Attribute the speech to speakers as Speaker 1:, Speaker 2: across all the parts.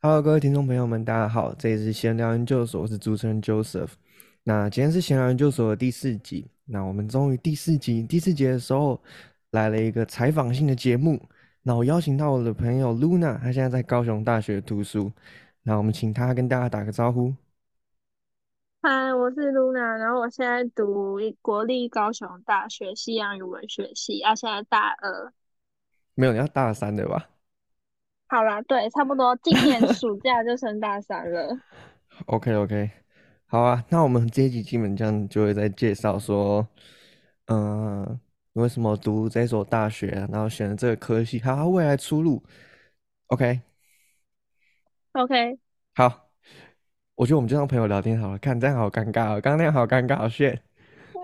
Speaker 1: Hello，各位听众朋友们，大家好，这里是闲聊研究所，我是主持人 Joseph。那今天是闲聊研究所的第四集，那我们终于第四集第四节的时候来了一个采访性的节目。那我邀请到我的朋友 Luna，她现在在高雄大学读书。那我们请她跟大家打个招呼。
Speaker 2: 嗨，我是 Luna，然后我现在读一国立高雄大学西洋语文学系，啊，现在大二。
Speaker 1: 没有，你要大三对吧？
Speaker 2: 好啦，对，差不多，今 年暑假就升大三了。
Speaker 1: OK OK，好啊，那我们这一集基本上就会在介绍说，嗯、呃，为什么读这所大学啊，然后选了这个科系，还有它未来出路。OK，
Speaker 2: OK，
Speaker 1: 好，我觉得我们就当朋友聊天好了，看这样好尴尬哦，刚刚那样好尴尬哦，shit，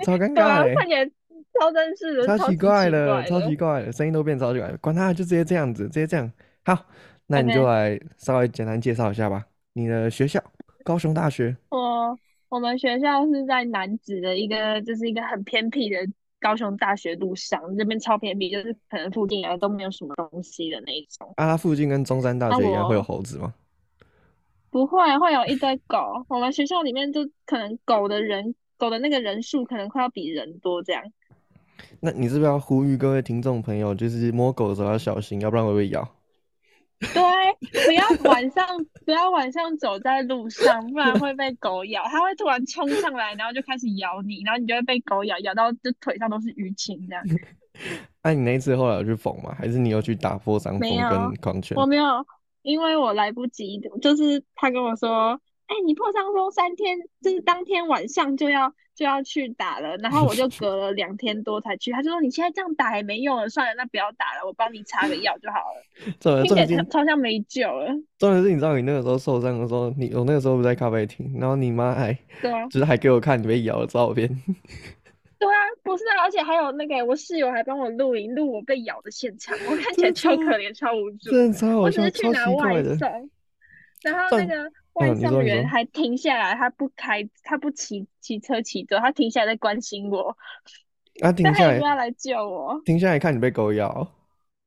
Speaker 1: 超尴
Speaker 2: 对
Speaker 1: 尬
Speaker 2: 啊，
Speaker 1: 嘞、
Speaker 2: 看起来超真实的，
Speaker 1: 超
Speaker 2: 超
Speaker 1: 奇
Speaker 2: 级
Speaker 1: 怪
Speaker 2: 奇
Speaker 1: 的，
Speaker 2: 怪
Speaker 1: 超
Speaker 2: 的。
Speaker 1: 奇怪的，声音都变超奇怪了，管他，就直接这样子，直接这样。好，那你就
Speaker 2: OK，
Speaker 1: 来稍微简单介绍一下吧，你的学校，高雄大学。
Speaker 2: 我我们学校是在南子的一个，就是一个很偏僻的高雄大学路上，这边超偏僻，就是可能附近啊都没有什么东西的那一种。
Speaker 1: 啊，它附近跟中山大
Speaker 2: 啊，
Speaker 1: 学一样会有
Speaker 2: 我。
Speaker 1: 猴子吗？
Speaker 2: 不会，会有一堆狗。我们学校里面就可能狗的人，狗的那个人数可能快要比人多这样。
Speaker 1: 那你是不是要呼吁各位听众朋友，就是摸狗的时候要小心，要不然会被咬？
Speaker 2: 对，不要晚上不要晚上走在路上，不然会被狗咬。它会突然冲上来，然后就开始咬你，然后你就会被狗咬，咬到就腿上都是淤青这样。
Speaker 1: 啊那、你那一次后来有去缝吗？还是你有去打破伤
Speaker 2: 没
Speaker 1: 风跟
Speaker 2: 有，
Speaker 1: 狂犬？
Speaker 2: 我没有，因为我来不及，就是他跟我说，哎，你破伤风三天，就是当天晚上就要就要去打了，然后我就隔了两天多才去，他就说你现在这样打也没用了，算了，那不要打了，我帮你擦个药就好了，
Speaker 1: 重点 重
Speaker 2: 听起
Speaker 1: 点
Speaker 2: 来
Speaker 1: 是
Speaker 2: 超超像没救了，
Speaker 1: 重点是，你知道你那个时候受伤的时候，你我那个时候不在咖啡厅，然后你妈 还
Speaker 2: 对啊，
Speaker 1: 就是还给我看你被咬的照片。
Speaker 2: 对啊，不是啊，而且还有那个我室友还帮我录影录我被咬的现场，我看起
Speaker 1: 真
Speaker 2: 来
Speaker 1: 的
Speaker 2: 超可
Speaker 1: 超，
Speaker 2: 怜超无助，
Speaker 1: 真的超好
Speaker 2: 我只
Speaker 1: 笑，
Speaker 2: 是去
Speaker 1: 超
Speaker 2: 拿
Speaker 1: 奇怪
Speaker 2: 外
Speaker 1: 的。
Speaker 2: 送。然后那
Speaker 1: 但，
Speaker 2: 个外
Speaker 1: 嗯，你
Speaker 2: 送
Speaker 1: 说，你
Speaker 2: 员
Speaker 1: 说，
Speaker 2: 还停下来，他不开，他不骑骑车骑走，他停下来在关心我，
Speaker 1: 啊，
Speaker 2: 但
Speaker 1: 停
Speaker 2: 他
Speaker 1: 下来，
Speaker 2: 也没有要来救我。
Speaker 1: 停下来看你被狗咬，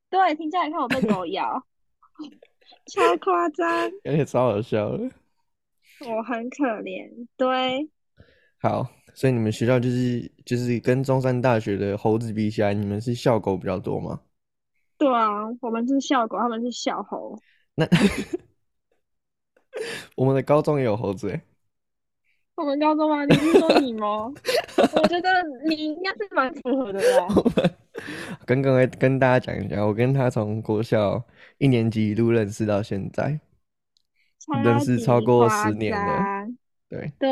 Speaker 2: 对，停下来看我被狗咬， 超夸张，
Speaker 1: 而且超好笑的。
Speaker 2: 我很可怜。对，
Speaker 1: 好，所以你们学校就是就是跟中山大学的猴子比起来，你们是校狗比较多吗？
Speaker 2: 对啊，我们是校狗，他们是校猴。
Speaker 1: 那我们的高中也有猴子欸，
Speaker 2: 我们高中吗？你是说你吗？我觉得你应该是蛮符合的啦。
Speaker 1: 我们 跟各位跟大家讲一下，我跟他从国小一年级一路认识到现在，认
Speaker 2: 超
Speaker 1: 识超
Speaker 2: 级
Speaker 1: 过
Speaker 2: 夸
Speaker 1: 十年了。
Speaker 2: 张，
Speaker 1: 对，
Speaker 2: 对，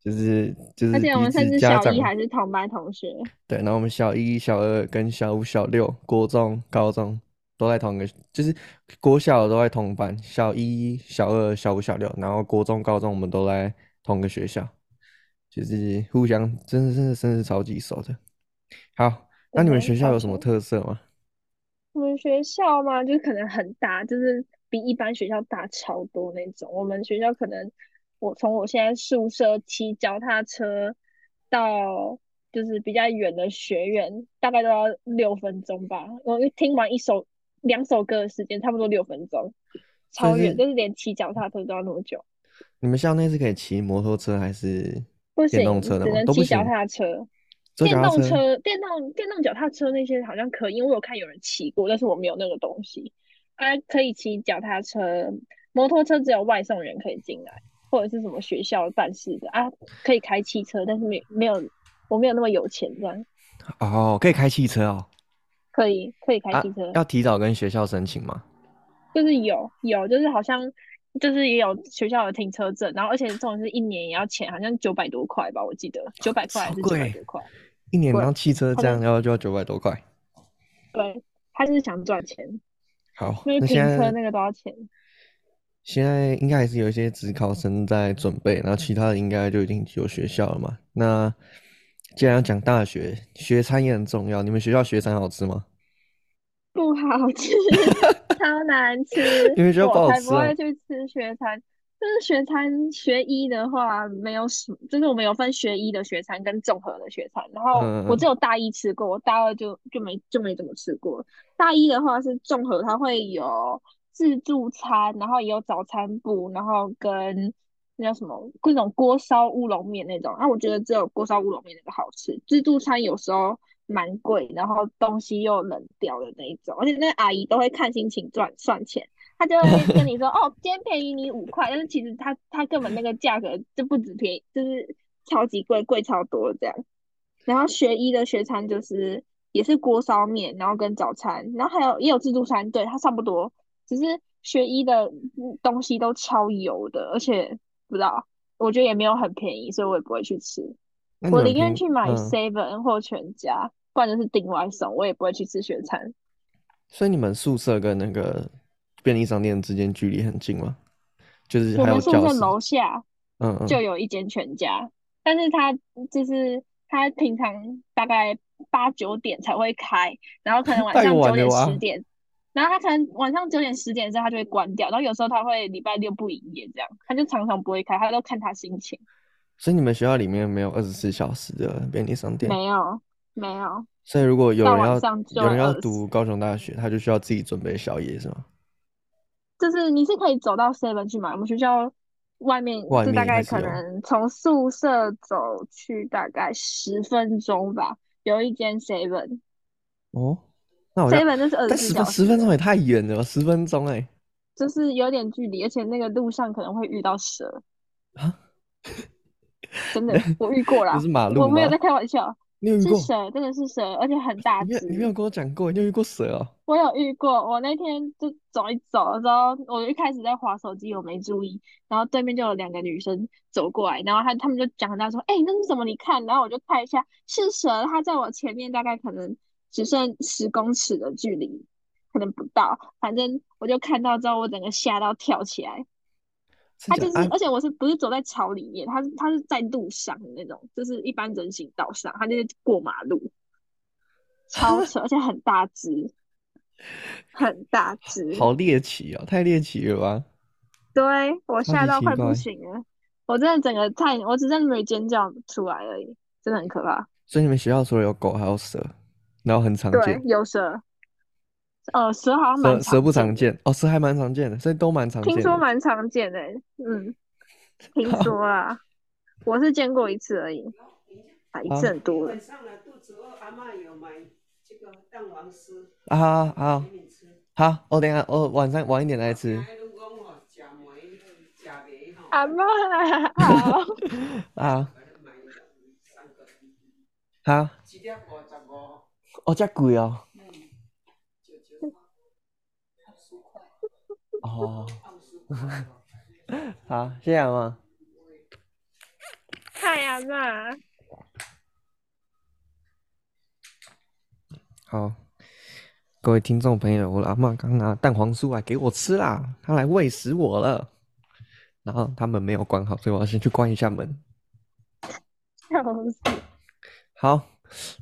Speaker 1: 就是就
Speaker 2: 而
Speaker 1: 是
Speaker 2: 且我
Speaker 1: 彼
Speaker 2: 们甚
Speaker 1: 此
Speaker 2: 至
Speaker 1: 家
Speaker 2: 小一
Speaker 1: 长，
Speaker 2: 还是同班同学。
Speaker 1: 对，然后我们小一、小二跟小五、小六、国中、高中都在同一个，就是国小都在同班，小一、小二、小五、小六，然后国中、高中我们都在同一个学校，就是互相真的真的真的是超级熟的。好，那你们
Speaker 2: 对，
Speaker 1: 学校
Speaker 2: 超
Speaker 1: 有什么
Speaker 2: 熟。
Speaker 1: 特色吗？
Speaker 2: 我们学校嘛，就是可能很大，就是比一般学校大超多那种。我们学校可能我从我现在宿舍骑脚踏车到就是比较远的学院，大概都要六分钟吧。我一听完一首两首歌的时间，差不多六分钟，
Speaker 1: 所以
Speaker 2: 超远，
Speaker 1: 是
Speaker 2: 就是连骑脚踏车都要那么久。
Speaker 1: 你们校内是可以骑摩托车还是
Speaker 2: 不
Speaker 1: 电动
Speaker 2: 行，
Speaker 1: 车的
Speaker 2: 只
Speaker 1: 吗？
Speaker 2: 能
Speaker 1: 都不
Speaker 2: 骑脚
Speaker 1: 行，
Speaker 2: 踏车。
Speaker 1: 只有脚
Speaker 2: 电
Speaker 1: 踏
Speaker 2: 动
Speaker 1: 车。
Speaker 2: 车、电动电动脚踏车那些好像可以，因为我有看有人骑过，但是我没有那个东西。啊，可以骑脚踏车，摩托车只有外送人可以进来，或者是什么学校办事的啊，可以开汽车，但是没没有，我没有那么有钱，这样
Speaker 1: 哦，可以开汽车哦。
Speaker 2: 可以可以开
Speaker 1: 啊，
Speaker 2: 汽车，
Speaker 1: 要提早跟学校申请吗？
Speaker 2: 就是有有，就是好像就是也有学校的停车证，然后而且这种是一年也要钱，好像九百多块吧，我记得九百块
Speaker 1: 超
Speaker 2: 还是九百
Speaker 1: 贵，
Speaker 2: 多块，
Speaker 1: 一年
Speaker 2: 贵，
Speaker 1: 当汽车
Speaker 2: 他
Speaker 1: 这样
Speaker 2: 们。
Speaker 1: 要就要九百多块。
Speaker 2: 对，他就是想赚钱，
Speaker 1: 好，
Speaker 2: 因为
Speaker 1: 那现
Speaker 2: 停车
Speaker 1: 在
Speaker 2: 那个都要钱。
Speaker 1: 现在应该还是有一些职考生在准备，然后其他的应该就已经有学校了嘛。那既然要讲大学，学餐也很重要。你们学校学餐好吃吗？
Speaker 2: 不好 吃，超难吃，
Speaker 1: 你们学校不
Speaker 2: 我
Speaker 1: 好
Speaker 2: 才不
Speaker 1: 吃
Speaker 2: 会
Speaker 1: 哦。
Speaker 2: 去吃学餐。就是学餐学医的话，没有什么，就是我们有分学医的学餐跟综合的学餐。然后我只
Speaker 1: 嗯，
Speaker 2: 有大一吃过，我大二就就没就没怎么吃过。大一的话是综合，它会有自助餐，然后也有早餐部，然后跟那叫什么各种锅烧乌龙面那种。啊，我觉得只有锅烧乌龙面那个好吃，自助餐有时候蛮贵，然后东西又冷掉的那一种，而且那阿姨都会看心情赚算钱。他就 会跟你说哦，今天便宜你五块，但是其实他他根本那个价格就不止便宜，就是超级贵，贵超多这样。然后学医的学餐就是也是锅烧面，然后跟早餐，然后还有也有自助餐，对，它差不多，只是学医的东西都超油的，而且不知道，我觉得也没有很便宜，所以我也不会去吃。
Speaker 1: 那你
Speaker 2: 我
Speaker 1: 们
Speaker 2: 宁愿
Speaker 1: 平
Speaker 2: 去买
Speaker 1: 嗯，
Speaker 2: seven 或全家，不然就是订外送，我也不会去吃学餐。
Speaker 1: 所以你们宿舍跟那个便利商店之间距离很近吗？就是
Speaker 2: 我
Speaker 1: 还有
Speaker 2: 们宿
Speaker 1: 教
Speaker 2: 舍
Speaker 1: 室，
Speaker 2: 楼下
Speaker 1: 嗯
Speaker 2: 就
Speaker 1: 嗯，
Speaker 2: 有一间全家，但是他就是他平常大概八九点才会开，然后可能晚
Speaker 1: 太
Speaker 2: 上
Speaker 1: 晚
Speaker 2: 九
Speaker 1: 了
Speaker 2: 点十
Speaker 1: 吧？
Speaker 2: 点，然后他可能晚上九点十点的时候他就会关掉，然后有时候他会礼拜六不营业这样，他就常常不会开，他都看他心情。
Speaker 1: 所以你们学校里面没有二十四小时的便利商店，
Speaker 2: 没有，没有，
Speaker 1: 所以如果有
Speaker 2: 到
Speaker 1: 人
Speaker 2: 晚
Speaker 1: 要
Speaker 2: 上就
Speaker 1: 有
Speaker 2: 会
Speaker 1: 人要
Speaker 2: 饿死。
Speaker 1: 读高雄大学，他就需要自己准备宵夜是吗？
Speaker 2: 就是你是可以走到 Seven 去买，我们学校外面
Speaker 1: 外
Speaker 2: 就大
Speaker 1: 面还
Speaker 2: 概
Speaker 1: 是
Speaker 2: 可
Speaker 1: 有，
Speaker 2: 能从宿舍走去大概十分钟吧，有一间 Seven，Seven
Speaker 1: 哦，那好像，
Speaker 2: 那是二十
Speaker 1: 但
Speaker 2: 四
Speaker 1: 十分
Speaker 2: 小
Speaker 1: 十
Speaker 2: 时
Speaker 1: 分钟
Speaker 2: 的，
Speaker 1: 也太远了吧，十分钟哎、
Speaker 2: 就是有点距离，而且那个路上可能会遇到蛇，
Speaker 1: 啊，
Speaker 2: 真
Speaker 1: 那
Speaker 2: 的，我遇过
Speaker 1: 那
Speaker 2: 啦，
Speaker 1: 是马路
Speaker 2: 啊我没有在
Speaker 1: 吗？
Speaker 2: 开玩笑，
Speaker 1: 你有遇
Speaker 2: 是
Speaker 1: 过？
Speaker 2: 蛇，真的是蛇，而且很大
Speaker 1: 你没有你没
Speaker 2: 只。
Speaker 1: 有跟我讲过，你有遇过蛇哦？
Speaker 2: 我有遇过，我那天就走一走的时候，我一开始在划手机，我没注意，然后对面就有两个女生走过来，然后她她们就讲很大说：“哎、那是什么？你看。”然后我就看一下，是蛇，它在我前面大概可能只剩十公尺的距离，可能不到，反正我就看到之后，我整个吓到跳起来。
Speaker 1: 真
Speaker 2: 它
Speaker 1: 假
Speaker 2: 就是，
Speaker 1: 啊？
Speaker 2: 而且我是不是走在草里面？它是它是在路上的那种，就是一般人行道上，它就是过马路，超 扯，而且很大只，很大只。
Speaker 1: 好猎奇哦，太猎奇了吧？
Speaker 2: 对，我
Speaker 1: 超
Speaker 2: 吓
Speaker 1: 级
Speaker 2: 到
Speaker 1: 奇
Speaker 2: 快不
Speaker 1: 怪。
Speaker 2: 行了，我真的整个差点，我只剩没尖叫出来而已，真的很可怕。
Speaker 1: 所以你们学校除了有狗还有蛇，然后很常
Speaker 2: 对，
Speaker 1: 见。
Speaker 2: 有蛇，呃，蛇好像蛮
Speaker 1: 蛇蛇
Speaker 2: 常
Speaker 1: 不
Speaker 2: 见
Speaker 1: 常
Speaker 2: 的，
Speaker 1: 见哦，蛇还蛮常见的，所以都蛮常
Speaker 2: 听
Speaker 1: 见
Speaker 2: 说
Speaker 1: 的。
Speaker 2: 蛮常见的， 嗯，听
Speaker 1: 好，
Speaker 2: 说啦，我是见过一次而已，啊，一次
Speaker 1: 好
Speaker 2: 很多了。
Speaker 1: 啊好好，我等一下我晚上晚一点来吃。
Speaker 2: 阿妈，好，
Speaker 1: 啊，好，哦，这贵哦，哦， 好，谢谢阿嬷
Speaker 2: 嗨，阿妈，
Speaker 1: 好，各位听众朋友，我的阿嬷刚拿蛋黄酥来给我吃啦，她来喂食我了。然后他们没有关好，所以我要先去关一下门。
Speaker 2: 笑死，
Speaker 1: 好，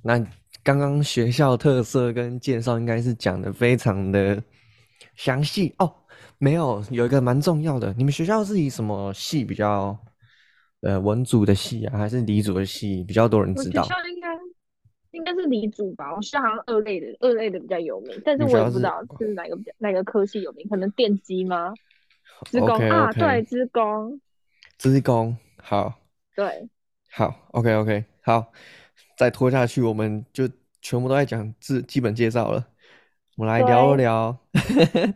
Speaker 1: 那刚刚学校特色跟介绍应该是讲的非常的详细哦。没有，有一个蛮重要的，你们学校是以什么系比较？呃，文组的系啊，还是理组的系比较多人
Speaker 2: 我
Speaker 1: 知
Speaker 2: 学校
Speaker 1: 道？
Speaker 2: 应该应该是理组吧，我学校好像二类的，二类的比较有名，但
Speaker 1: 你
Speaker 2: 是
Speaker 1: 们学
Speaker 2: 我
Speaker 1: 校
Speaker 2: 也不知
Speaker 1: 是
Speaker 2: 道是哪个比较哪个科系有名，可能电机吗？职工
Speaker 1: OK
Speaker 2: 啊，对，
Speaker 1: OK，
Speaker 2: 职工，
Speaker 1: 资工好。
Speaker 2: 对，
Speaker 1: 好，OK OK，好，再拖下去我们就全部都在讲基基本介绍了。我们来聊
Speaker 2: 对，
Speaker 1: 聊，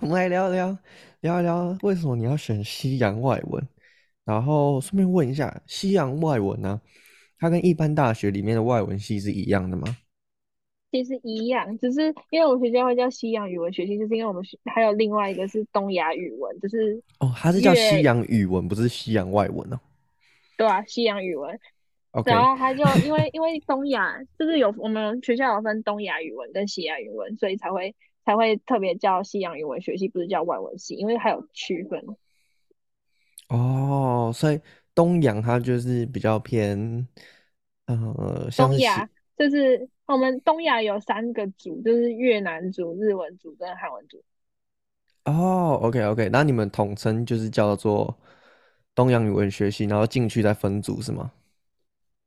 Speaker 1: 我们来聊聊聊一聊为什么你要选西洋外文，然后顺便问一下，西洋外文呢、它跟一般大学里面的外文系是一样的吗？
Speaker 2: 其实一样，只是因为我们学校会叫西洋语文学系，就是因为我们学还有另外一个是东亚语文，就是
Speaker 1: 哦，它是叫西
Speaker 2: 越
Speaker 1: 洋语文，不是西洋外文哦。
Speaker 2: 对啊，西洋语文。然
Speaker 1: OK，
Speaker 2: 后他就因为因为东亚就是有我们学校有分东亚语文跟西亚语文，所以才会才会特别叫西洋语文学系，不是叫外文系，因为还有区分。
Speaker 1: 哦，所以东洋它就是比较偏，呃，像
Speaker 2: 东
Speaker 1: 是西。
Speaker 2: 亚就是我们东亚有三个组，就是越南组、日文组跟韩文组。
Speaker 1: 哦，OK OK，那你们统称就是叫做东洋语文学系，然后进去再分组是吗？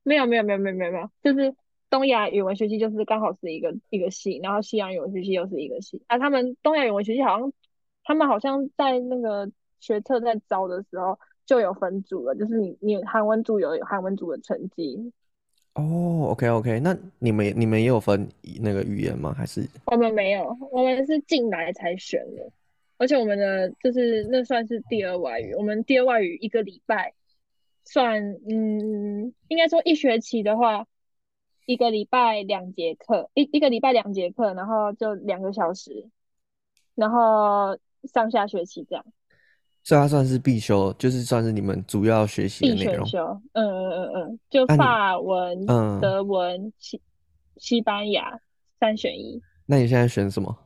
Speaker 2: 没有没有没有没有没有没有，就是东亚语文学系就是刚好是一个一个系，然后西洋语文学系又是一个系。啊，他们东亚语文学系好像他们好像在那个学测在招的时候就有分组了，就是你你有韩文组有韩文组的成绩，
Speaker 1: 哦，OK OK，那你们你们也有分那个语言吗？还是
Speaker 2: 我们没有，我们是进来才选的，而且我们的就是那算是第二外语，我们第二外语一个礼拜算嗯，应该说一学期的话，一个礼拜两节课，一一个礼拜两节课，然后就两个小时，然后上下学期这样
Speaker 1: 所以它算是必修，就是算是你们主要学习的
Speaker 2: 必
Speaker 1: 内
Speaker 2: 选
Speaker 1: 容。
Speaker 2: 修，嗯嗯嗯嗯，就
Speaker 1: 那你
Speaker 2: 法文、
Speaker 1: 嗯，
Speaker 2: 德文、西西班牙三选一，
Speaker 1: 那你现在选什么？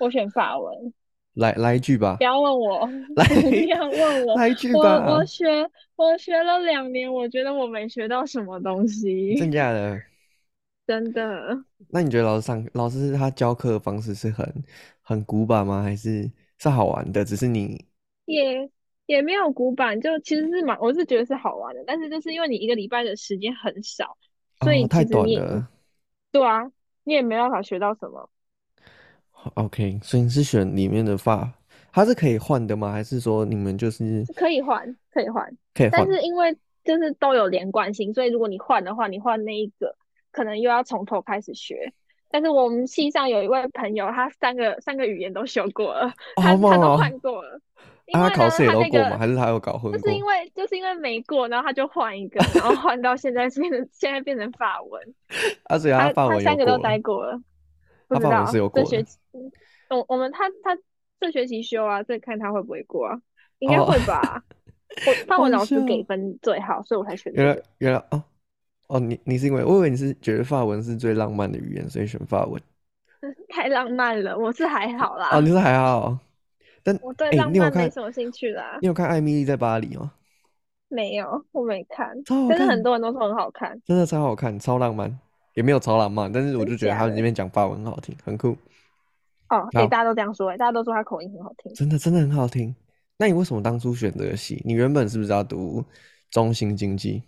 Speaker 2: 我选法文。
Speaker 1: 来来一句吧，
Speaker 2: 不要问我，
Speaker 1: 来
Speaker 2: 不要问我，
Speaker 1: 来一句
Speaker 2: 我我
Speaker 1: 吧，
Speaker 2: 学我学了两年，我觉得我没学到什么东
Speaker 1: 真
Speaker 2: 西，
Speaker 1: 假的？
Speaker 2: 真的。
Speaker 1: 那你觉得老师上老师他教课的方式是很很古板吗？还是是好玩的？只是你
Speaker 2: 也也没有古板，就其实是蛮，我是觉得是好玩的，但是就是因为你一个礼拜的时间很少，所
Speaker 1: 哦
Speaker 2: 以
Speaker 1: 太
Speaker 2: 其实
Speaker 1: 短
Speaker 2: 你也，
Speaker 1: 了。
Speaker 2: 对啊，你也没办法学到什么。
Speaker 1: OK，所以你是选里面的发，它是可以换的吗？还是说你们就是
Speaker 2: 可以换，可以换，
Speaker 1: 可以
Speaker 2: 但
Speaker 1: 换？
Speaker 2: 是因为就是都有连贯性，所以如果你换的话，你换那一个，可能又要从头开始学。但是我们系上有一位朋友，他三个三个语言都修过了，
Speaker 1: 哦，好
Speaker 2: 他
Speaker 1: 猛
Speaker 2: 他都
Speaker 1: 哦！
Speaker 2: 换过了，因
Speaker 1: 啊，他
Speaker 2: 为
Speaker 1: 考
Speaker 2: 呢，
Speaker 1: 试也
Speaker 2: 他
Speaker 1: 都
Speaker 2: 那
Speaker 1: 过吗？
Speaker 2: 个
Speaker 1: 还是他有搞
Speaker 2: 就
Speaker 1: 混
Speaker 2: 是因
Speaker 1: 过？
Speaker 2: 为就是因为没过，然后他就换一个，然后换到现在变成现在变成法文，
Speaker 1: 啊，所以他
Speaker 2: 他
Speaker 1: 法
Speaker 2: 他
Speaker 1: 文有
Speaker 2: 三个都
Speaker 1: 过了，
Speaker 2: 待过了，不
Speaker 1: 他
Speaker 2: 知
Speaker 1: 法文是
Speaker 2: 道
Speaker 1: 有
Speaker 2: 这
Speaker 1: 过
Speaker 2: 学
Speaker 1: 的。
Speaker 2: 期，嗯我我们他他这学期修啊，再看他会不会过啊，应该
Speaker 1: 哦，
Speaker 2: 会 吧。我范文
Speaker 1: 好
Speaker 2: 老
Speaker 1: 笑
Speaker 2: 师给
Speaker 1: 哦！
Speaker 2: 分最好，所以我才选
Speaker 1: 原
Speaker 2: 这
Speaker 1: 来
Speaker 2: 个。
Speaker 1: 原来哦哦，你你是因为我以为你是觉得法文是最浪漫的语言，所以选法文。
Speaker 2: 太浪漫了，我是还好
Speaker 1: 哦，你
Speaker 2: 啦，
Speaker 1: 是还好，但
Speaker 2: 我对
Speaker 1: 哎、
Speaker 2: 浪
Speaker 1: 你有
Speaker 2: 漫没
Speaker 1: 看
Speaker 2: 什么兴趣啦。
Speaker 1: 你有看《艾米丽在巴黎》吗？
Speaker 2: 没有，我没看，
Speaker 1: 超好
Speaker 2: 但是很
Speaker 1: 哦看，
Speaker 2: 多人都说很好看，
Speaker 1: 真的超好看，超浪漫，也没有超浪漫，但是我
Speaker 2: 真
Speaker 1: 就觉得
Speaker 2: 假
Speaker 1: 他们那
Speaker 2: 的？
Speaker 1: 边讲法文很好听，很酷。
Speaker 2: 哦，诶，
Speaker 1: 好，
Speaker 2: 大家都这样说，诶，大家都说他口音很好听。
Speaker 1: 真的真的很好听。那你为什么当初选这个系？你原本是不是要读中心经济？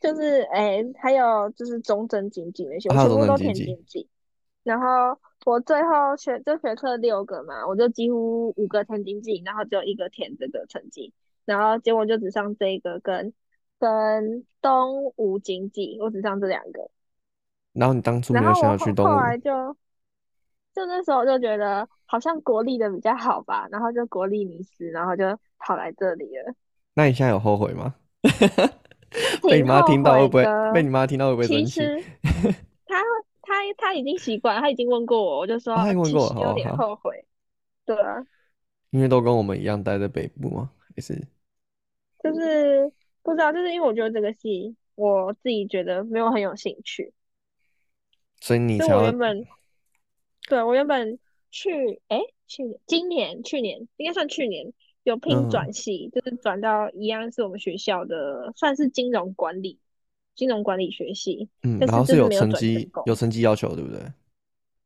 Speaker 2: 就是诶，还有就是中正经济那些，
Speaker 1: 啊，还
Speaker 2: 我
Speaker 1: 有
Speaker 2: 全
Speaker 1: 中
Speaker 2: 部
Speaker 1: 正
Speaker 2: 都
Speaker 1: 经
Speaker 2: 填
Speaker 1: 济？
Speaker 2: 经济。然后我最后学就学测六个嘛，我就几乎五个填经济，然后只有一个填这个成绩，然后结果就只上这个跟跟东吴经济，我只上这两个。
Speaker 1: 然后你当初
Speaker 2: 然
Speaker 1: 没有
Speaker 2: 后
Speaker 1: 想
Speaker 2: 我
Speaker 1: 要去
Speaker 2: 后
Speaker 1: 东
Speaker 2: 后
Speaker 1: 吴？
Speaker 2: 来就就那时候就觉得好像国立的比较好吧，然后就国立迷失，然后就跑来这里了，
Speaker 1: 那你现在有后悔吗？被你
Speaker 2: 挺
Speaker 1: 妈
Speaker 2: 后
Speaker 1: 听到会
Speaker 2: 悔
Speaker 1: 不会？被
Speaker 2: 的。
Speaker 1: 你妈听到会不会
Speaker 2: 其
Speaker 1: 生气？
Speaker 2: 实他他他已经习惯了，他已经问过我，我就说
Speaker 1: 啊，他
Speaker 2: 呃
Speaker 1: 还问
Speaker 2: 其
Speaker 1: 过我，
Speaker 2: 实有
Speaker 1: 好
Speaker 2: 点
Speaker 1: 好，
Speaker 2: 后悔，对啊，
Speaker 1: 因为都跟我们一样待在北部嘛，也是。
Speaker 2: 就是不知道，就是因为我觉得这个戏我自己觉得没有很有兴趣，
Speaker 1: 所以你
Speaker 2: 所以
Speaker 1: 想
Speaker 2: 我
Speaker 1: 要
Speaker 2: 原本对我原本去诶去年今年去年应该算去年有拼
Speaker 1: 嗯
Speaker 2: 转系，就是转到一样是我们学校的算是金融管理金融管理学系，
Speaker 1: 嗯，
Speaker 2: 但
Speaker 1: 然
Speaker 2: 是
Speaker 1: 后是
Speaker 2: 就是
Speaker 1: 有
Speaker 2: 没有
Speaker 1: 成
Speaker 2: 转成
Speaker 1: 绩有
Speaker 2: 功。
Speaker 1: 成绩要求，对不对？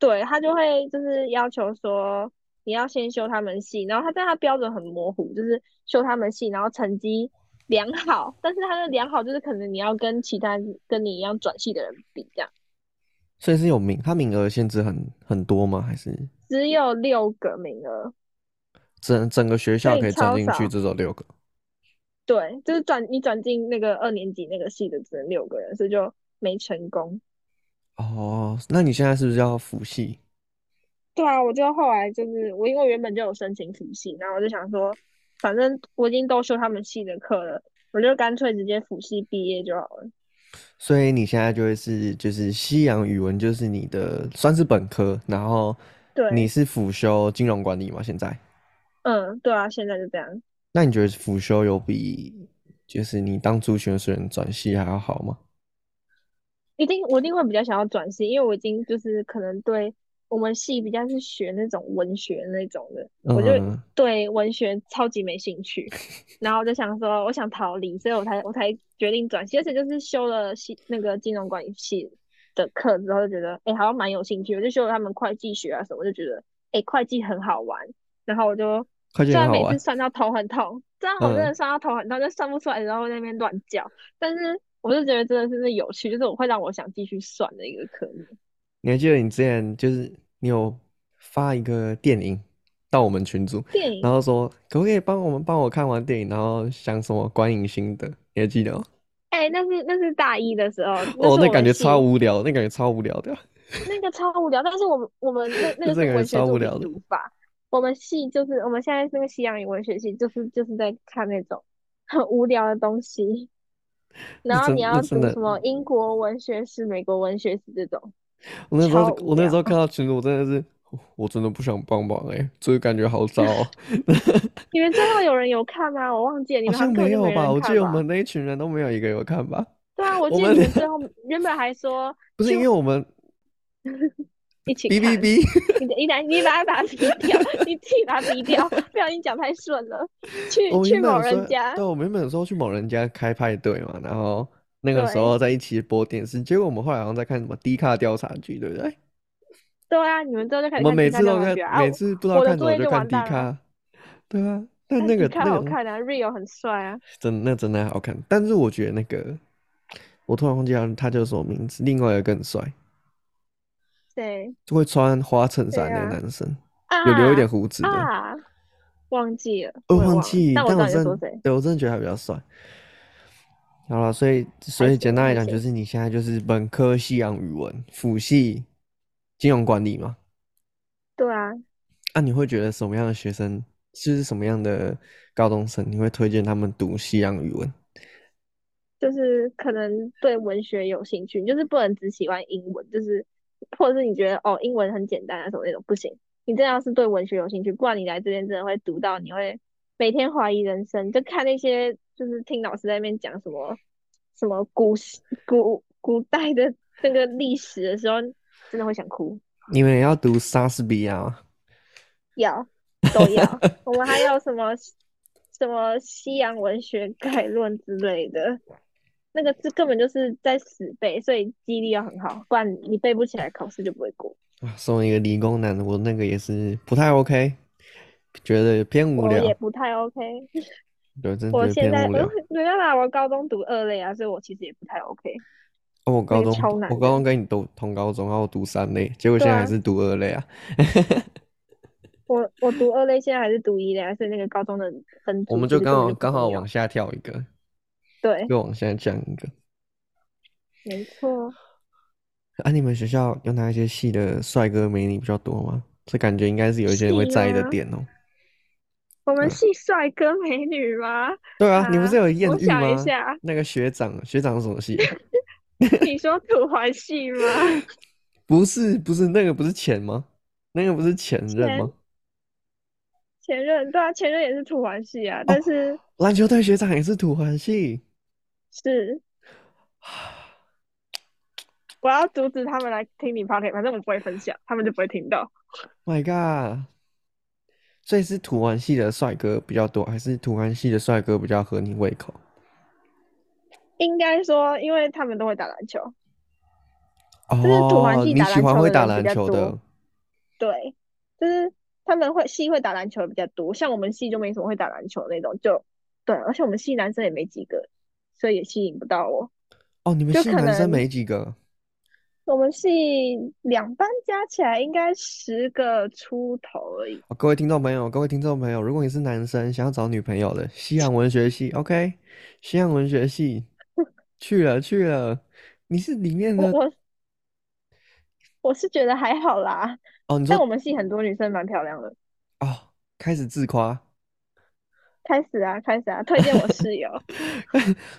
Speaker 2: 对，他就会就是要求说你要先修他们系，然后他但他标准很模糊，就是修他们系，然后成绩良好，但是他的良好就是可能你要跟其他跟你一样转系的人比，这样
Speaker 1: 所以是有名，他名额限制很很多吗？还是
Speaker 2: 只有六个名额，
Speaker 1: 整整个学
Speaker 2: 所
Speaker 1: 校
Speaker 2: 以
Speaker 1: 可以转
Speaker 2: 超
Speaker 1: 进去
Speaker 2: 少。
Speaker 1: 只有六个？
Speaker 2: 对，就是转你转进那个二年级那个系的只能六个人，所以就没成功。
Speaker 1: 哦，那你现在是不是要辅系？
Speaker 2: 对啊，我就后来就是我因为原本就有申请辅系，然后我就想说，反正我已经都修他们系的课了，我就干脆直接辅系毕业就好了。
Speaker 1: 所以你现在就会是就是西洋语文就是你的算是本科，然后你
Speaker 2: 对，
Speaker 1: 是辅修金融管理嘛？现在，
Speaker 2: 嗯，对啊，现在就这样。
Speaker 1: 那你觉得辅修有比就是你当初选选转系还要好吗？
Speaker 2: 一定我一定会比较想要转系，因为我已经就是可能对我们系比较是学那种文学那种的，我就
Speaker 1: 嗯，
Speaker 2: 对文学超级没兴 趣，然后我就想说我想逃离，所以我才我才决定转系，而且就是修了系那个金融管理系的课之后，就觉得哎好像蛮有兴趣，我就修了他们会计学啊什么，我就觉得哎会计很好玩，然后我就
Speaker 1: 会计
Speaker 2: 虽
Speaker 1: 很
Speaker 2: 然
Speaker 1: 好
Speaker 2: 每次
Speaker 1: 玩。
Speaker 2: 算到头很痛，虽然我真
Speaker 1: 嗯，
Speaker 2: 的算到头很痛，就算不出来，然后在那边乱叫。但是我就觉得真的是那有趣，就是我会让我想继续算的一个科目。
Speaker 1: 你还记得你之前就是你有发一个电影，到我们群组，
Speaker 2: 电影
Speaker 1: 然后说可不可以帮我们帮我看完电影，然后想什么观影心得，你还记得吗？
Speaker 2: 哎、那是那是大一的时候，
Speaker 1: 哦，
Speaker 2: 是
Speaker 1: 那
Speaker 2: 我
Speaker 1: 感
Speaker 2: 们
Speaker 1: 觉
Speaker 2: 系
Speaker 1: 超无聊，那感觉超无聊的。
Speaker 2: 那个超无聊，但是我们我们那
Speaker 1: 那
Speaker 2: 那
Speaker 1: 这个
Speaker 2: 个是
Speaker 1: 人
Speaker 2: 文学
Speaker 1: 超
Speaker 2: 作
Speaker 1: 无
Speaker 2: 品
Speaker 1: 聊的
Speaker 2: 读法，我们系就是我们现在那个西洋语文学系，就是就是在看那种很无聊的 东西，然
Speaker 1: 那
Speaker 2: 后你
Speaker 1: 真那
Speaker 2: 要
Speaker 1: 真
Speaker 2: 读
Speaker 1: 的，
Speaker 2: 什么英国文学史、美国文学史这种，
Speaker 1: 我那时候
Speaker 2: 超无
Speaker 1: 我那时
Speaker 2: 聊。
Speaker 1: 候看到群主，我真的是，我真的不想帮忙哎、欸，这个感觉好糟哦。
Speaker 2: 你们最后有人有看吗？我忘记 了，你
Speaker 1: 好
Speaker 2: 们好
Speaker 1: 像
Speaker 2: 像根
Speaker 1: 没
Speaker 2: 本就
Speaker 1: 有
Speaker 2: 没
Speaker 1: 吧？
Speaker 2: 人
Speaker 1: 我记
Speaker 2: 看
Speaker 1: 得我
Speaker 2: 吧？
Speaker 1: 们那一群人都没有一个有看吧？
Speaker 2: 对啊，我
Speaker 1: 我
Speaker 2: 记得
Speaker 1: 们
Speaker 2: 你
Speaker 1: 俩
Speaker 2: 们最后原本还说
Speaker 1: 不是因为
Speaker 2: 就
Speaker 1: 我们
Speaker 2: 一起
Speaker 1: 哔哔
Speaker 2: 看，
Speaker 1: 哔，
Speaker 2: 你你把你把它把它逼掉，你自己把它逼掉，不小心讲太顺了，去
Speaker 1: 我们
Speaker 2: 去
Speaker 1: 原本
Speaker 2: 某
Speaker 1: 有
Speaker 2: 人
Speaker 1: 说，
Speaker 2: 家，
Speaker 1: 对，我们原本有说去某人家开派对嘛，然后那个时
Speaker 2: 对。
Speaker 1: 候在一起播电视，结果我们后来好像在看什么《低卡调查局》，对不对？
Speaker 2: 对啊，你们之后就开
Speaker 1: 我
Speaker 2: 始
Speaker 1: 们
Speaker 2: 看
Speaker 1: 每
Speaker 2: 《迪卡
Speaker 1: 次
Speaker 2: 调
Speaker 1: 都
Speaker 2: 查
Speaker 1: 看，
Speaker 2: 局》啊，
Speaker 1: 每
Speaker 2: 我
Speaker 1: 次不知道
Speaker 2: 我的
Speaker 1: 看什
Speaker 2: 作
Speaker 1: 么
Speaker 2: 业
Speaker 1: 就
Speaker 2: 就
Speaker 1: 看
Speaker 2: 完
Speaker 1: 低
Speaker 2: 蛋了。
Speaker 1: 卡，对啊，但
Speaker 2: 但
Speaker 1: 那
Speaker 2: 迪
Speaker 1: 个
Speaker 2: 卡
Speaker 1: 那
Speaker 2: 好
Speaker 1: 个
Speaker 2: 看啊，Rio 很帅啊，
Speaker 1: 真那真的好看，但是我觉得那个我突然忘记他他叫什么名字，另外一个更帅，
Speaker 2: 对
Speaker 1: 就会穿花衬
Speaker 2: 对
Speaker 1: 衫那个
Speaker 2: 啊
Speaker 1: 男生，有留一
Speaker 2: 啊
Speaker 1: 点胡子的，
Speaker 2: 啊，忘记了，
Speaker 1: 我
Speaker 2: 我也
Speaker 1: 忘
Speaker 2: 忘了，
Speaker 1: 记，
Speaker 2: 但我
Speaker 1: 但
Speaker 2: 知
Speaker 1: 我
Speaker 2: 道你在
Speaker 1: 真
Speaker 2: 说
Speaker 1: 的
Speaker 2: 谁，
Speaker 1: 对我真的觉得他比较帅。好了，所以所
Speaker 2: 还
Speaker 1: 以
Speaker 2: 行
Speaker 1: 简单来
Speaker 2: 还
Speaker 1: 讲，就
Speaker 2: 行，
Speaker 1: 是你现在就是本科西洋语文，辅系金融管理嘛。
Speaker 2: 对啊，
Speaker 1: 啊，你会觉得什么样的学生，就是什么样的高中生，你会推荐他们读西洋语文？
Speaker 2: 就是可能对文学有兴趣，就是不能只喜欢英文，就是或者是你觉得哦英文很简单啊什么那种不行，你真的要是对文学有兴趣，不然你来这边真的会读到你会每天怀疑人生，就看那些就是听老师在那边讲什么什么古时古古代的那个历史的时候，真的会想哭，
Speaker 1: 你们也要读莎士比亚吗？
Speaker 2: 要都要， 我们还有什么什么西洋文学概论之类的。那个字根本就是在死背，所以记忆力要很好，不然你背不起来，考试就不会过。
Speaker 1: 啊，身为一个理工男，我那个也是不太 OK，觉得偏无
Speaker 2: 我也
Speaker 1: 聊，
Speaker 2: 不太 OK，
Speaker 1: 对，真的觉
Speaker 2: 我
Speaker 1: 得
Speaker 2: 现
Speaker 1: 偏
Speaker 2: 在
Speaker 1: 无
Speaker 2: 我
Speaker 1: 聊。
Speaker 2: 没办法，我高中读二类啊，所以我其实也不太 OK，
Speaker 1: 哦，我
Speaker 2: 那
Speaker 1: 高
Speaker 2: 个
Speaker 1: 中
Speaker 2: 超
Speaker 1: 我
Speaker 2: 难
Speaker 1: 高
Speaker 2: 的。
Speaker 1: 中跟你读同高中，然后我读三类，结果
Speaker 2: 对
Speaker 1: 现在还
Speaker 2: 啊，
Speaker 1: 是读二类啊。
Speaker 2: 我我读二类，现在还是读一类啊，所以那个高中的分
Speaker 1: 我
Speaker 2: 组
Speaker 1: 们
Speaker 2: 其
Speaker 1: 就
Speaker 2: 实
Speaker 1: 刚好
Speaker 2: 根本就不哎
Speaker 1: 刚好
Speaker 2: 重
Speaker 1: 往
Speaker 2: 要。
Speaker 1: 下跳一个，
Speaker 2: 对，
Speaker 1: 又往下降一个。
Speaker 2: 没错。
Speaker 1: 啊，你们学校有哪一些系的帅哥美女比较多吗？这感觉应该是有一些人会
Speaker 2: 系啊
Speaker 1: 在意的
Speaker 2: 吗？
Speaker 1: 点哦。
Speaker 2: 我
Speaker 1: 对
Speaker 2: 们
Speaker 1: 啊，
Speaker 2: 系帅哥美女吗？
Speaker 1: 对啊，你不是
Speaker 2: 啊，
Speaker 1: 有艳
Speaker 2: 我
Speaker 1: 遇
Speaker 2: 想一
Speaker 1: 吗？
Speaker 2: 下，
Speaker 1: 那个学长，学长是什么系 啊？
Speaker 2: 你说 土豪系吗？
Speaker 1: 不是，不是那个不是前吗？那个不是前任
Speaker 2: 前
Speaker 1: 吗？
Speaker 2: 前任，对啊，前任也是土豪系啊，但
Speaker 1: 哦，
Speaker 2: 是
Speaker 1: 篮球队学长也是土环系。
Speaker 2: 是。我要阻止他们来听你 p o c a s t 反正我不会分享，他们就不会听到。
Speaker 1: My God，所以是土环系的帅哥比较多，还是土环系的帅哥比较合你胃口？
Speaker 2: 应该说，因为他们都会打篮球，就是土环
Speaker 1: 哦，
Speaker 2: 系
Speaker 1: 你
Speaker 2: 打
Speaker 1: 喜
Speaker 2: 篮
Speaker 1: 欢
Speaker 2: 球
Speaker 1: 会
Speaker 2: 的
Speaker 1: 打
Speaker 2: 人比
Speaker 1: 篮
Speaker 2: 较
Speaker 1: 球
Speaker 2: 多，
Speaker 1: 的，
Speaker 2: 对，就是他们会系会打篮球的比较多，像我们系就没什么会打篮球的那种，就对，而且我们系男生也没几个，所以也吸引不到我。
Speaker 1: 哦，你们
Speaker 2: 就
Speaker 1: 系
Speaker 2: 可
Speaker 1: 男生
Speaker 2: 能
Speaker 1: 没几个。
Speaker 2: 我们系两班加起来应该十个出头而已。
Speaker 1: 哦各位听众朋友，各位听众朋友，如果你是男生想要找女朋友的，西洋文学系，OK，西洋文学系去了去了，你是里面
Speaker 2: 我
Speaker 1: 的
Speaker 2: 我我是觉得还好啦，
Speaker 1: 哦，你
Speaker 2: 但
Speaker 1: 说
Speaker 2: 我们系很多女生蛮漂亮的。
Speaker 1: 哦，开始自夸，
Speaker 2: 开始啊，开始啊，推荐我室 友。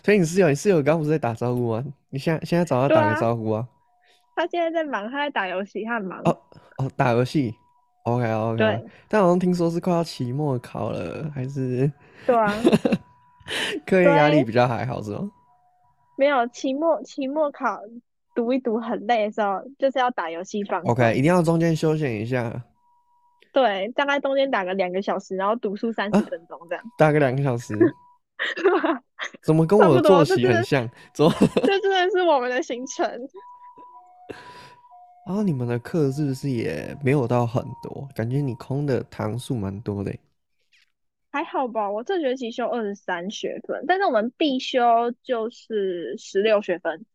Speaker 1: 所以你室友，你室友刚刚不是在打招呼吗？你现在现在找他
Speaker 2: 对
Speaker 1: 打个
Speaker 2: 啊，
Speaker 1: 招呼啊！
Speaker 2: 他现在在忙，他在打游戏，他很忙。
Speaker 1: 哦哦，打游戏，OK OK，
Speaker 2: 对，
Speaker 1: 但好像听说是快要期末考了，还是
Speaker 2: 对啊，
Speaker 1: 课业压力
Speaker 2: 对，
Speaker 1: 比较还好是吗？
Speaker 2: 没有期末期末考读一读很累的时候，就是要打游戏放
Speaker 1: OK，一
Speaker 2: 松。
Speaker 1: 定要中间休息一下
Speaker 2: 对，大概中间打个两个小时，然后读书三十
Speaker 1: 啊，
Speaker 2: 分钟这样，
Speaker 1: 大概两个小时。怎么跟
Speaker 2: 差
Speaker 1: 我的
Speaker 2: 不
Speaker 1: 作
Speaker 2: 多。这啊
Speaker 1: 息
Speaker 2: 真
Speaker 1: 很
Speaker 2: 的，
Speaker 1: 像？怎么？
Speaker 2: 这真的是我们的行程。
Speaker 1: 然啊后你们的课是不是也没有到很多？感觉你空的堂数蛮多的欸。
Speaker 2: 还好吧，我这学期修二十三学分，但是我们必修就是十六学分，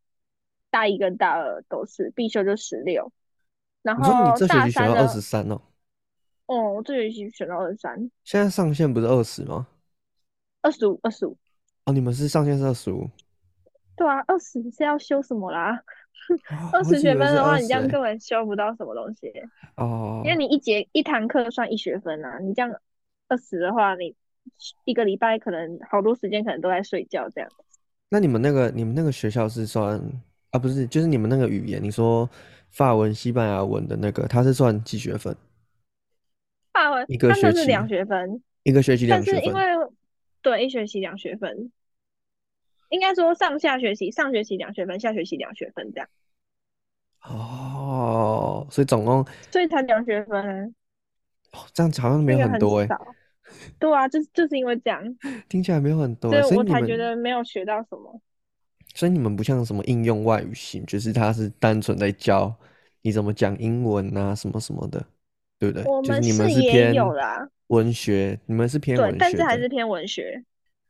Speaker 2: 大一跟大二都是必修就十六，然
Speaker 1: 你说你
Speaker 2: 后
Speaker 1: 这学
Speaker 2: 哦大
Speaker 1: 期学
Speaker 2: 三
Speaker 1: 到二
Speaker 2: 的。
Speaker 1: 十三哦？
Speaker 2: 哦，这学期选到二三，
Speaker 1: 现在上限不是二十吗？
Speaker 2: 二十五，二十五。
Speaker 1: 哦，你们是上限是二十五，
Speaker 2: 对啊，二十是要修什么啦？
Speaker 1: 哦
Speaker 2: 二
Speaker 1: 我
Speaker 2: 十
Speaker 1: 一直以
Speaker 2: 学
Speaker 1: 为
Speaker 2: 分
Speaker 1: 是
Speaker 2: 的话，
Speaker 1: 20
Speaker 2: 你这样
Speaker 1: 欸
Speaker 2: 根本修不到什么东西，
Speaker 1: 哦
Speaker 2: 因为你一节一堂课算一学分啊。你这样二十的话，你一个礼拜可能好多时间可能都在睡觉这样。
Speaker 1: 那你们那个你们那个学校是算啊，不是，就是你们那个语言，你说法文、西班牙文的那个，它是算几学分？
Speaker 2: 法文
Speaker 1: 一个
Speaker 2: 他
Speaker 1: 学
Speaker 2: 啊们是
Speaker 1: 期
Speaker 2: 两学分，
Speaker 1: 一个学期两
Speaker 2: 但
Speaker 1: 学
Speaker 2: 是因
Speaker 1: 分
Speaker 2: 为对一学期两学分，应该说上下学期上学期两学分，下学期两学分这样，
Speaker 1: 哦，所以总共、
Speaker 2: 所以才两学分啊，
Speaker 1: 哦这样子好像没
Speaker 2: 那
Speaker 1: 有很
Speaker 2: 个很
Speaker 1: 多哎、
Speaker 2: 少。对啊，就是就是因为这样，
Speaker 1: 听起来没有很多
Speaker 2: 所
Speaker 1: 欸，
Speaker 2: 以
Speaker 1: 所以
Speaker 2: 我
Speaker 1: 你
Speaker 2: 才觉
Speaker 1: 们
Speaker 2: 得没有学到什么。
Speaker 1: 所以你们不像什么应用外语系，就是它是单纯在教你怎么讲英文啊什么什么的，对不对？
Speaker 2: 我
Speaker 1: 就是
Speaker 2: 们
Speaker 1: 你们
Speaker 2: 是
Speaker 1: 是
Speaker 2: 也有
Speaker 1: 偏
Speaker 2: 啦，
Speaker 1: 文学，你们是偏
Speaker 2: 对，
Speaker 1: 文
Speaker 2: 但
Speaker 1: 学
Speaker 2: 是还
Speaker 1: 的
Speaker 2: 是偏文学，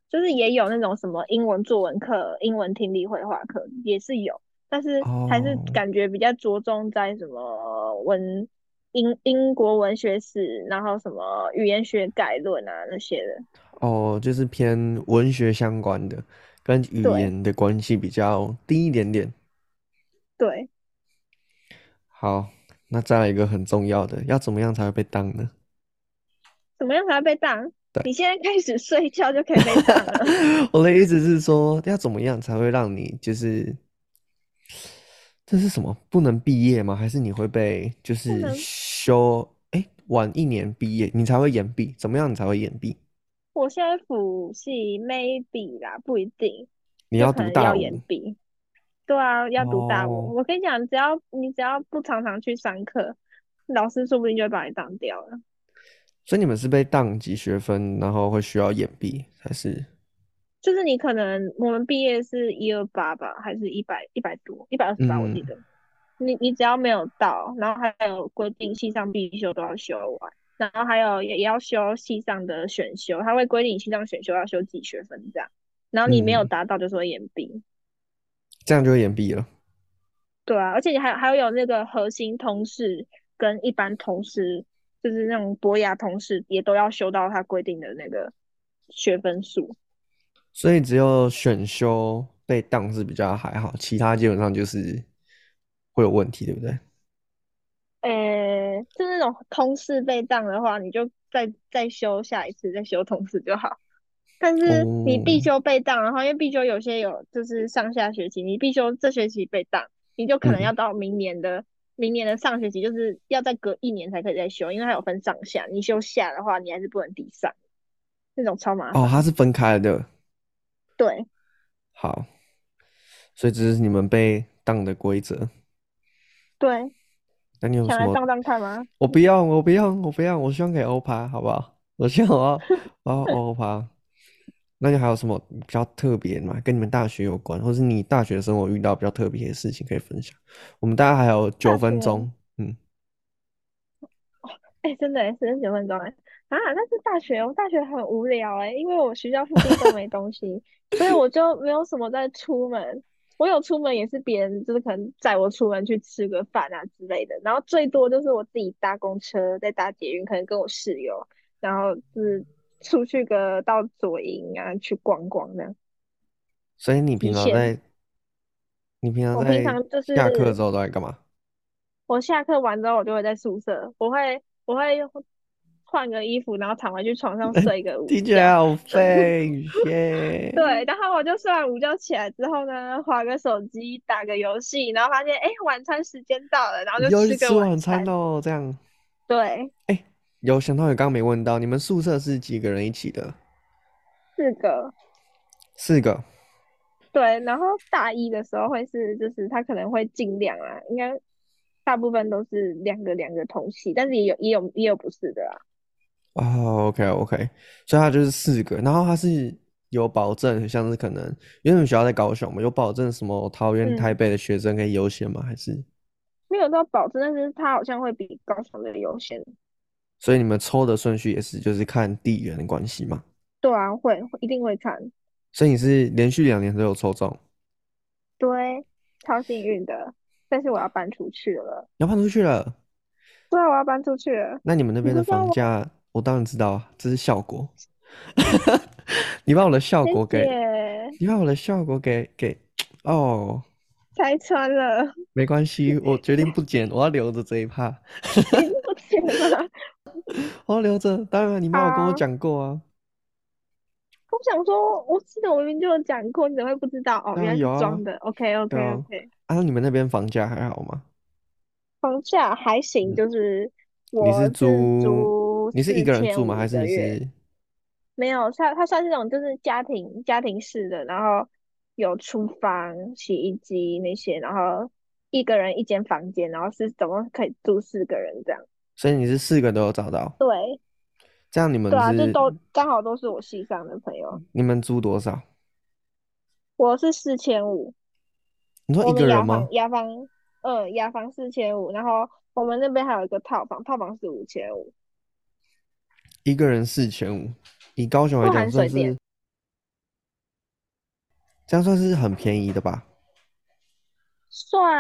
Speaker 2: 就是也有那种什么英文作文课、英文听力绘画课也是有，但是还是
Speaker 1: 哦。
Speaker 2: 感觉比较着重在什么文英英国文学史，然后什么语言学概论啊那些的。
Speaker 1: 哦，就是偏文学相关的，跟语
Speaker 2: 对
Speaker 1: 言的关系比较低一点点。
Speaker 2: 对，
Speaker 1: 好，那再来一个很重要的，要怎么样才会被当呢？
Speaker 2: 怎么样才会被当？
Speaker 1: 对，
Speaker 2: 你现在开始 睡觉就可以被当了。
Speaker 1: 我的意思是说，要怎么样才会让你就是这是什么？不能毕业吗？还是你会被就
Speaker 2: 不
Speaker 1: 是
Speaker 2: 能，
Speaker 1: 休，哎，晚一年毕业，你才会延毕？怎么样你才会延毕？
Speaker 2: 我现在辅系 maybe 啦，不一定，
Speaker 1: 你
Speaker 2: 有
Speaker 1: 要
Speaker 2: 可
Speaker 1: 读
Speaker 2: 能
Speaker 1: 大
Speaker 2: 要
Speaker 1: 五
Speaker 2: 延毕。对啊，要读大文。
Speaker 1: 哦。
Speaker 2: 我跟你讲，只要你只要不常常去上课，老师说不定就会把你当掉了。
Speaker 1: 所以你们是被当几学分，然后会需要延毕，还是？
Speaker 2: 就是你可能我们毕业是一二八吧，还是一百一百多，一百二十八我
Speaker 1: 嗯，
Speaker 2: 记得。你你只要没有到，然后还有规定系上必修都要修完，然后还有也也要修系上的选修，他会规定你系上选修要修几学分这样，然后你没有
Speaker 1: 嗯，
Speaker 2: 达到就说延毕。
Speaker 1: 这样就会延毕了。
Speaker 2: 对啊，而且你还还有那个核心通识跟一般通识，就是那种博雅通识，也都要修到它规定的那个学分数。
Speaker 1: 所以只有选修被当是比较还好，其他基本上就是会有问题，对不对？
Speaker 2: 诶，呃就那种通识被当的话，你就再再修下一次，再修通识就好。但是你必
Speaker 1: 哦，
Speaker 2: 修被当的话，因为必修有些有就是上下学期，你必修这学期被当，你就可能要
Speaker 1: 嗯，
Speaker 2: 到明年的明年的上学期，就是要再隔一年才可以再修，因为它有分上下，你修下的话，你还是不能抵上，那种超麻
Speaker 1: 哦，它
Speaker 2: 烦。
Speaker 1: 是分开的。
Speaker 2: 对
Speaker 1: 好，所以这是你们被当的规则。
Speaker 2: 对，
Speaker 1: 那你有
Speaker 2: 想
Speaker 1: 什
Speaker 2: 来
Speaker 1: 么？
Speaker 2: 当当看吗？
Speaker 1: 我不要，我不要，我不要，我希望给欧趴，好不好？我希望我要我 要欧趴。那你还有什么比较特别的吗？跟你们大学有关，或是你大学生活遇到比较特别的事情可以分享？我们大概还有九
Speaker 2: 大
Speaker 1: 分
Speaker 2: 学，
Speaker 1: 钟，嗯。
Speaker 2: 哎、真的哎、四十九分钟哎、啊！但是大学，我大学很无聊哎、因为我学校附近都没东西，所以我就没有什么在出门。我有出门也是别人，就是可能载我出门去吃个饭啊之类的。然后最多就是我自己搭公车，再搭捷运，可能跟我室友，然后就是出去个到左营啊去逛逛这样，
Speaker 1: 所以你平
Speaker 2: 极
Speaker 1: 常
Speaker 2: 限。
Speaker 1: 在你平常
Speaker 2: 我平
Speaker 1: 在
Speaker 2: 常就
Speaker 1: 下课
Speaker 2: 是
Speaker 1: 之后都在干嘛？
Speaker 2: 我下课完之后，我就会在宿舍，我会我会换个衣服，然后躺回去 床上睡个午
Speaker 1: 听起来
Speaker 2: 觉。
Speaker 1: 好废耶！
Speaker 2: 对，然后我就睡完午觉起来之后呢，划个手机，打个游戏，然后发现哎，诶晚餐时间到了，然后
Speaker 1: 你
Speaker 2: 就
Speaker 1: 又去
Speaker 2: 吃
Speaker 1: 吃
Speaker 2: 个晚
Speaker 1: 晚餐
Speaker 2: 餐。
Speaker 1: 喽，这样。
Speaker 2: 对，
Speaker 1: 哎，有想到你刚刚没问到，你们宿舍是几个人一起的？
Speaker 2: 四个。
Speaker 1: 四个。
Speaker 2: 对，然后大一的时候会是，就是他可能会尽量啊，应该大部分都是两个两个同系，但是也有也有也有不是的啊。
Speaker 1: 哦，OK OK，所以他就是四个，然后他是有保证，像是可能因为你们学校在高雄嘛，有保证什么桃园、台
Speaker 2: 嗯。
Speaker 1: 北的学生可以优先吗？还是
Speaker 2: 没有到保证，但是他好像会比高雄的优先。
Speaker 1: 所以你们抽的顺序也是就是看地缘的关系嘛？
Speaker 2: 对啊，会一定会看，
Speaker 1: 所以你是连续两年都有抽中。
Speaker 2: 对，超幸运的。但是我要搬出去了，
Speaker 1: 你要搬出去了，
Speaker 2: 对啊，我要搬出去了。
Speaker 1: 那你们那边的
Speaker 2: 你不知道
Speaker 1: 房
Speaker 2: 我
Speaker 1: 价，我当然知道啊，这是效果。 你把我的效
Speaker 2: 谢
Speaker 1: 果给，
Speaker 2: 谢，
Speaker 1: 你把我的效果给给哦，
Speaker 2: 拆穿了，
Speaker 1: 没关系，我决定不剪，我要留着这一趴，
Speaker 2: 你不剪了。
Speaker 1: 我要留着。当然，你妈有跟我
Speaker 2: 好
Speaker 1: 讲过啊，
Speaker 2: 我想说，我记得我明明就有讲过，你怎么会不知道？哦，
Speaker 1: 当
Speaker 2: 原
Speaker 1: 然
Speaker 2: 来
Speaker 1: 有
Speaker 2: 是
Speaker 1: 啊
Speaker 2: 装。的。OK OK
Speaker 1: 对啊
Speaker 2: OK，
Speaker 1: 啊，你们那边房价还好吗？
Speaker 2: 房价还行，
Speaker 1: 嗯
Speaker 2: 就是
Speaker 1: 你是
Speaker 2: 我是
Speaker 1: 租，
Speaker 2: 租
Speaker 1: 你是一
Speaker 2: 四
Speaker 1: 个人
Speaker 2: 千
Speaker 1: 住吗？
Speaker 2: 五
Speaker 1: 还
Speaker 2: 一
Speaker 1: 是
Speaker 2: 个
Speaker 1: 你
Speaker 2: 月，
Speaker 1: 是？
Speaker 2: 没有，它它算是那种就是家庭家庭式的，然后有厨房、洗衣机那些，然后一个人一间房间，然后是总共可以住四个人这样。
Speaker 1: 所以你是四个都有找到，
Speaker 2: 对
Speaker 1: 这样你
Speaker 2: 对
Speaker 1: 们
Speaker 2: 啊，就是都刚好都是我系上的朋友。
Speaker 1: 你们租多少？
Speaker 2: 我是四千五，
Speaker 1: 你说
Speaker 2: 哦我
Speaker 1: 一个
Speaker 2: 们
Speaker 1: 人
Speaker 2: 雅房
Speaker 1: 吗？
Speaker 2: 雅房，嗯，雅房四千五，然后我们那边还有一个套房，套房是五千五，
Speaker 1: 一个人四千五，以高雄来
Speaker 2: 不
Speaker 1: 讲
Speaker 2: 含
Speaker 1: 算
Speaker 2: 水电。
Speaker 1: 是，这样算是很便宜的吧？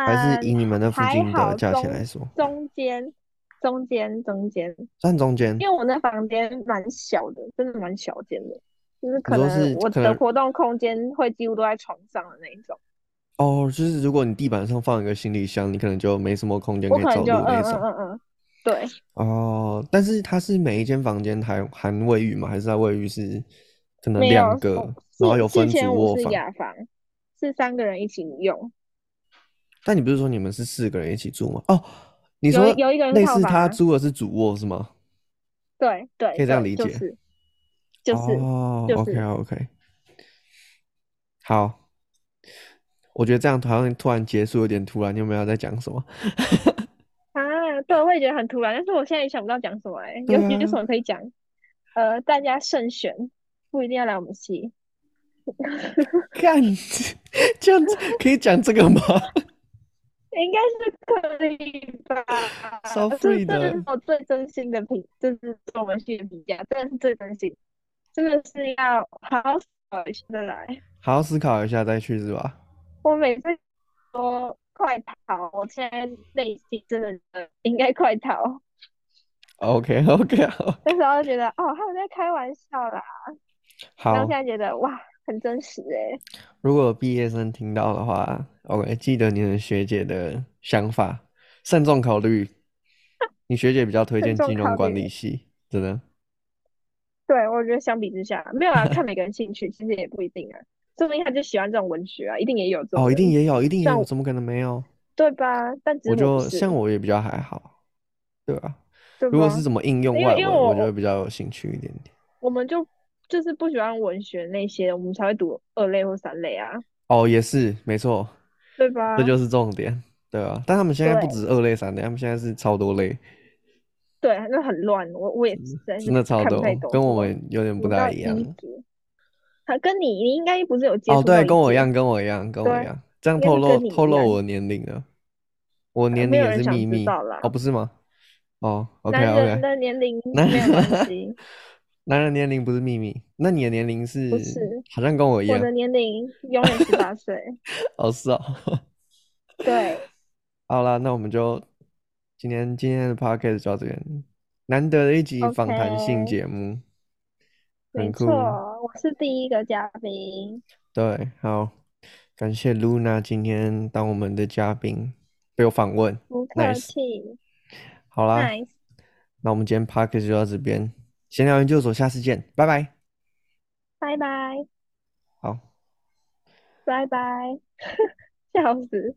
Speaker 1: 还是
Speaker 2: 算
Speaker 1: 以你们那附
Speaker 2: 呃还
Speaker 1: 近的
Speaker 2: 好
Speaker 1: 价钱来
Speaker 2: 中
Speaker 1: 说，
Speaker 2: 中间中间中间，
Speaker 1: 算中间。
Speaker 2: 因为我那房间蛮小的，真的蛮小间的，就是
Speaker 1: 你
Speaker 2: 可
Speaker 1: 说
Speaker 2: 能
Speaker 1: 是
Speaker 2: 我
Speaker 1: 可
Speaker 2: 的
Speaker 1: 能
Speaker 2: 活动空间会几乎都在床上的那一种，
Speaker 1: 哦，就是如果你地板上放一个行李箱，你可能就没什么空间
Speaker 2: 我
Speaker 1: 可以
Speaker 2: 可能
Speaker 1: 走
Speaker 2: 就
Speaker 1: 路
Speaker 2: 嗯
Speaker 1: 那
Speaker 2: 嗯
Speaker 1: 种。
Speaker 2: 嗯嗯，对，
Speaker 1: 哦，但是它是每一间房间含含卫浴吗？还是它卫浴是可能
Speaker 2: 没
Speaker 1: 两
Speaker 2: 有
Speaker 1: 个，然后
Speaker 2: 四
Speaker 1: 有
Speaker 2: 四
Speaker 1: 分主
Speaker 2: 千五
Speaker 1: 卧
Speaker 2: 是
Speaker 1: 房？
Speaker 2: 雅房，是三个人一起用，
Speaker 1: 但你不是说你们是四个人一起住吗？哦，你
Speaker 2: 有
Speaker 1: 说
Speaker 2: 有一个人是
Speaker 1: 类
Speaker 2: 套
Speaker 1: 似
Speaker 2: 房
Speaker 1: 他
Speaker 2: 啊，
Speaker 1: 租的是主卧是吗？
Speaker 2: 对对
Speaker 1: 可以这样
Speaker 2: 对，
Speaker 1: 理
Speaker 2: 就
Speaker 1: 解。
Speaker 2: 是就是
Speaker 1: 哦
Speaker 2: 就
Speaker 1: ，OK
Speaker 2: 是，
Speaker 1: OK，好，我觉得这样好像突然结束有点突然，你有没有要再讲什么？
Speaker 2: 啊，对，我也觉得很突然，但是我现在也想不到讲什么哎、有
Speaker 1: 对
Speaker 2: 有什
Speaker 1: 啊，
Speaker 2: 么可以讲？呃，大家慎选，不一定要来我们系。
Speaker 1: 干，这样子可以讲这个吗？
Speaker 2: 应该是可以 吧？
Speaker 1: 超
Speaker 2: 这
Speaker 1: free
Speaker 2: 真的
Speaker 1: 的，
Speaker 2: 是我最真心的评，就是对我们系的评价，真的是最真心，真的是要好好思考一下再来。
Speaker 1: 好好思考一下再去是吧？
Speaker 2: 我每次说快逃，我现在内心真的觉得应该快逃，
Speaker 1: OK OK 好，
Speaker 2: 那时候觉得哦，他们在开玩笑啦，然后现
Speaker 1: 好，
Speaker 2: 在觉得哇，很真实欸诶、
Speaker 1: 如果有毕业生听到的话，OK，记得你的学姐的想法，慎重考虑。你学姐比较推
Speaker 2: 慎
Speaker 1: 荐
Speaker 2: 重
Speaker 1: 金融
Speaker 2: 考
Speaker 1: 管
Speaker 2: 虑。
Speaker 1: 理系，真的。
Speaker 2: 对，我觉得相比之下，没有啊，看每个人兴趣，其实也不一定啊，说不定他就喜欢这种文学啊，一定也有这种
Speaker 1: 哦，一定
Speaker 2: 人，
Speaker 1: 也有，一定也
Speaker 2: 像
Speaker 1: 有，
Speaker 2: 我
Speaker 1: 怎么可能没有？
Speaker 2: 对吧？但只
Speaker 1: 我
Speaker 2: 是我不
Speaker 1: 就像
Speaker 2: 是，
Speaker 1: 我也比较还好，对啊吧？
Speaker 2: 对
Speaker 1: 如果是
Speaker 2: 吧？
Speaker 1: 怎么应用
Speaker 2: 因为
Speaker 1: 外
Speaker 2: 因为
Speaker 1: 文，我就会
Speaker 2: 我
Speaker 1: 比较有兴趣一点点。
Speaker 2: 我们就就是不喜欢文学那些，我们才会读二类或三类啊，
Speaker 1: 哦，也是，没错，
Speaker 2: 对
Speaker 1: 这
Speaker 2: 吧？
Speaker 1: 就是重点，对吧？但他们现在不
Speaker 2: 啊对
Speaker 1: 止二类、三类，他们现在是超多类，
Speaker 2: 对，那很乱，我我也实在
Speaker 1: 真
Speaker 2: 是
Speaker 1: 的超
Speaker 2: 看不太
Speaker 1: 多，
Speaker 2: 懂
Speaker 1: 跟
Speaker 2: 什
Speaker 1: 我
Speaker 2: 么，
Speaker 1: 们有点
Speaker 2: 你
Speaker 1: 不
Speaker 2: 知
Speaker 1: 太
Speaker 2: 道
Speaker 1: 一样。
Speaker 2: 医学，啊，跟你你应该不是有接
Speaker 1: 哦，
Speaker 2: 触
Speaker 1: 对，
Speaker 2: 到一
Speaker 1: 跟我一
Speaker 2: 些，
Speaker 1: 样，跟我一样，跟我一
Speaker 2: 对，
Speaker 1: 样，这样
Speaker 2: 应该
Speaker 1: 透
Speaker 2: 是
Speaker 1: 露
Speaker 2: 跟你
Speaker 1: 透
Speaker 2: 一
Speaker 1: 露
Speaker 2: 样，
Speaker 1: 我年龄了，我
Speaker 2: 呃
Speaker 1: 年
Speaker 2: 没
Speaker 1: 龄
Speaker 2: 有
Speaker 1: 也
Speaker 2: 人
Speaker 1: 是
Speaker 2: 想
Speaker 1: 秘
Speaker 2: 知
Speaker 1: 密
Speaker 2: 道
Speaker 1: 哦，
Speaker 2: 啦。
Speaker 1: 不是吗？哦，OK
Speaker 2: 男
Speaker 1: OK，
Speaker 2: 人的年龄
Speaker 1: 那
Speaker 2: 没有关系，
Speaker 1: 男人年龄不是秘密，那你的年龄
Speaker 2: 不
Speaker 1: 是
Speaker 2: 是。
Speaker 1: 好像跟 我一
Speaker 2: 我
Speaker 1: 样，
Speaker 2: 的年龄永远十 八岁，
Speaker 1: 哦是哦，
Speaker 2: 对，
Speaker 1: 好啦，那我们就今天今天的 podcast 就到这边，难得的一集
Speaker 2: OK，
Speaker 1: 访谈性节目，很
Speaker 2: 没
Speaker 1: 酷，
Speaker 2: 错，我是第一个嘉宾，
Speaker 1: 对，好，感谢 Luna 今天当我们的嘉宾被我访问
Speaker 2: 不客
Speaker 1: ，nice，
Speaker 2: 气
Speaker 1: 好啊啦，
Speaker 2: ，nice，
Speaker 1: 那我们今天 podcast 就到这边，闲聊研究所，下次见，拜拜，
Speaker 2: 拜拜，
Speaker 1: 好。
Speaker 2: 拜拜，笑死。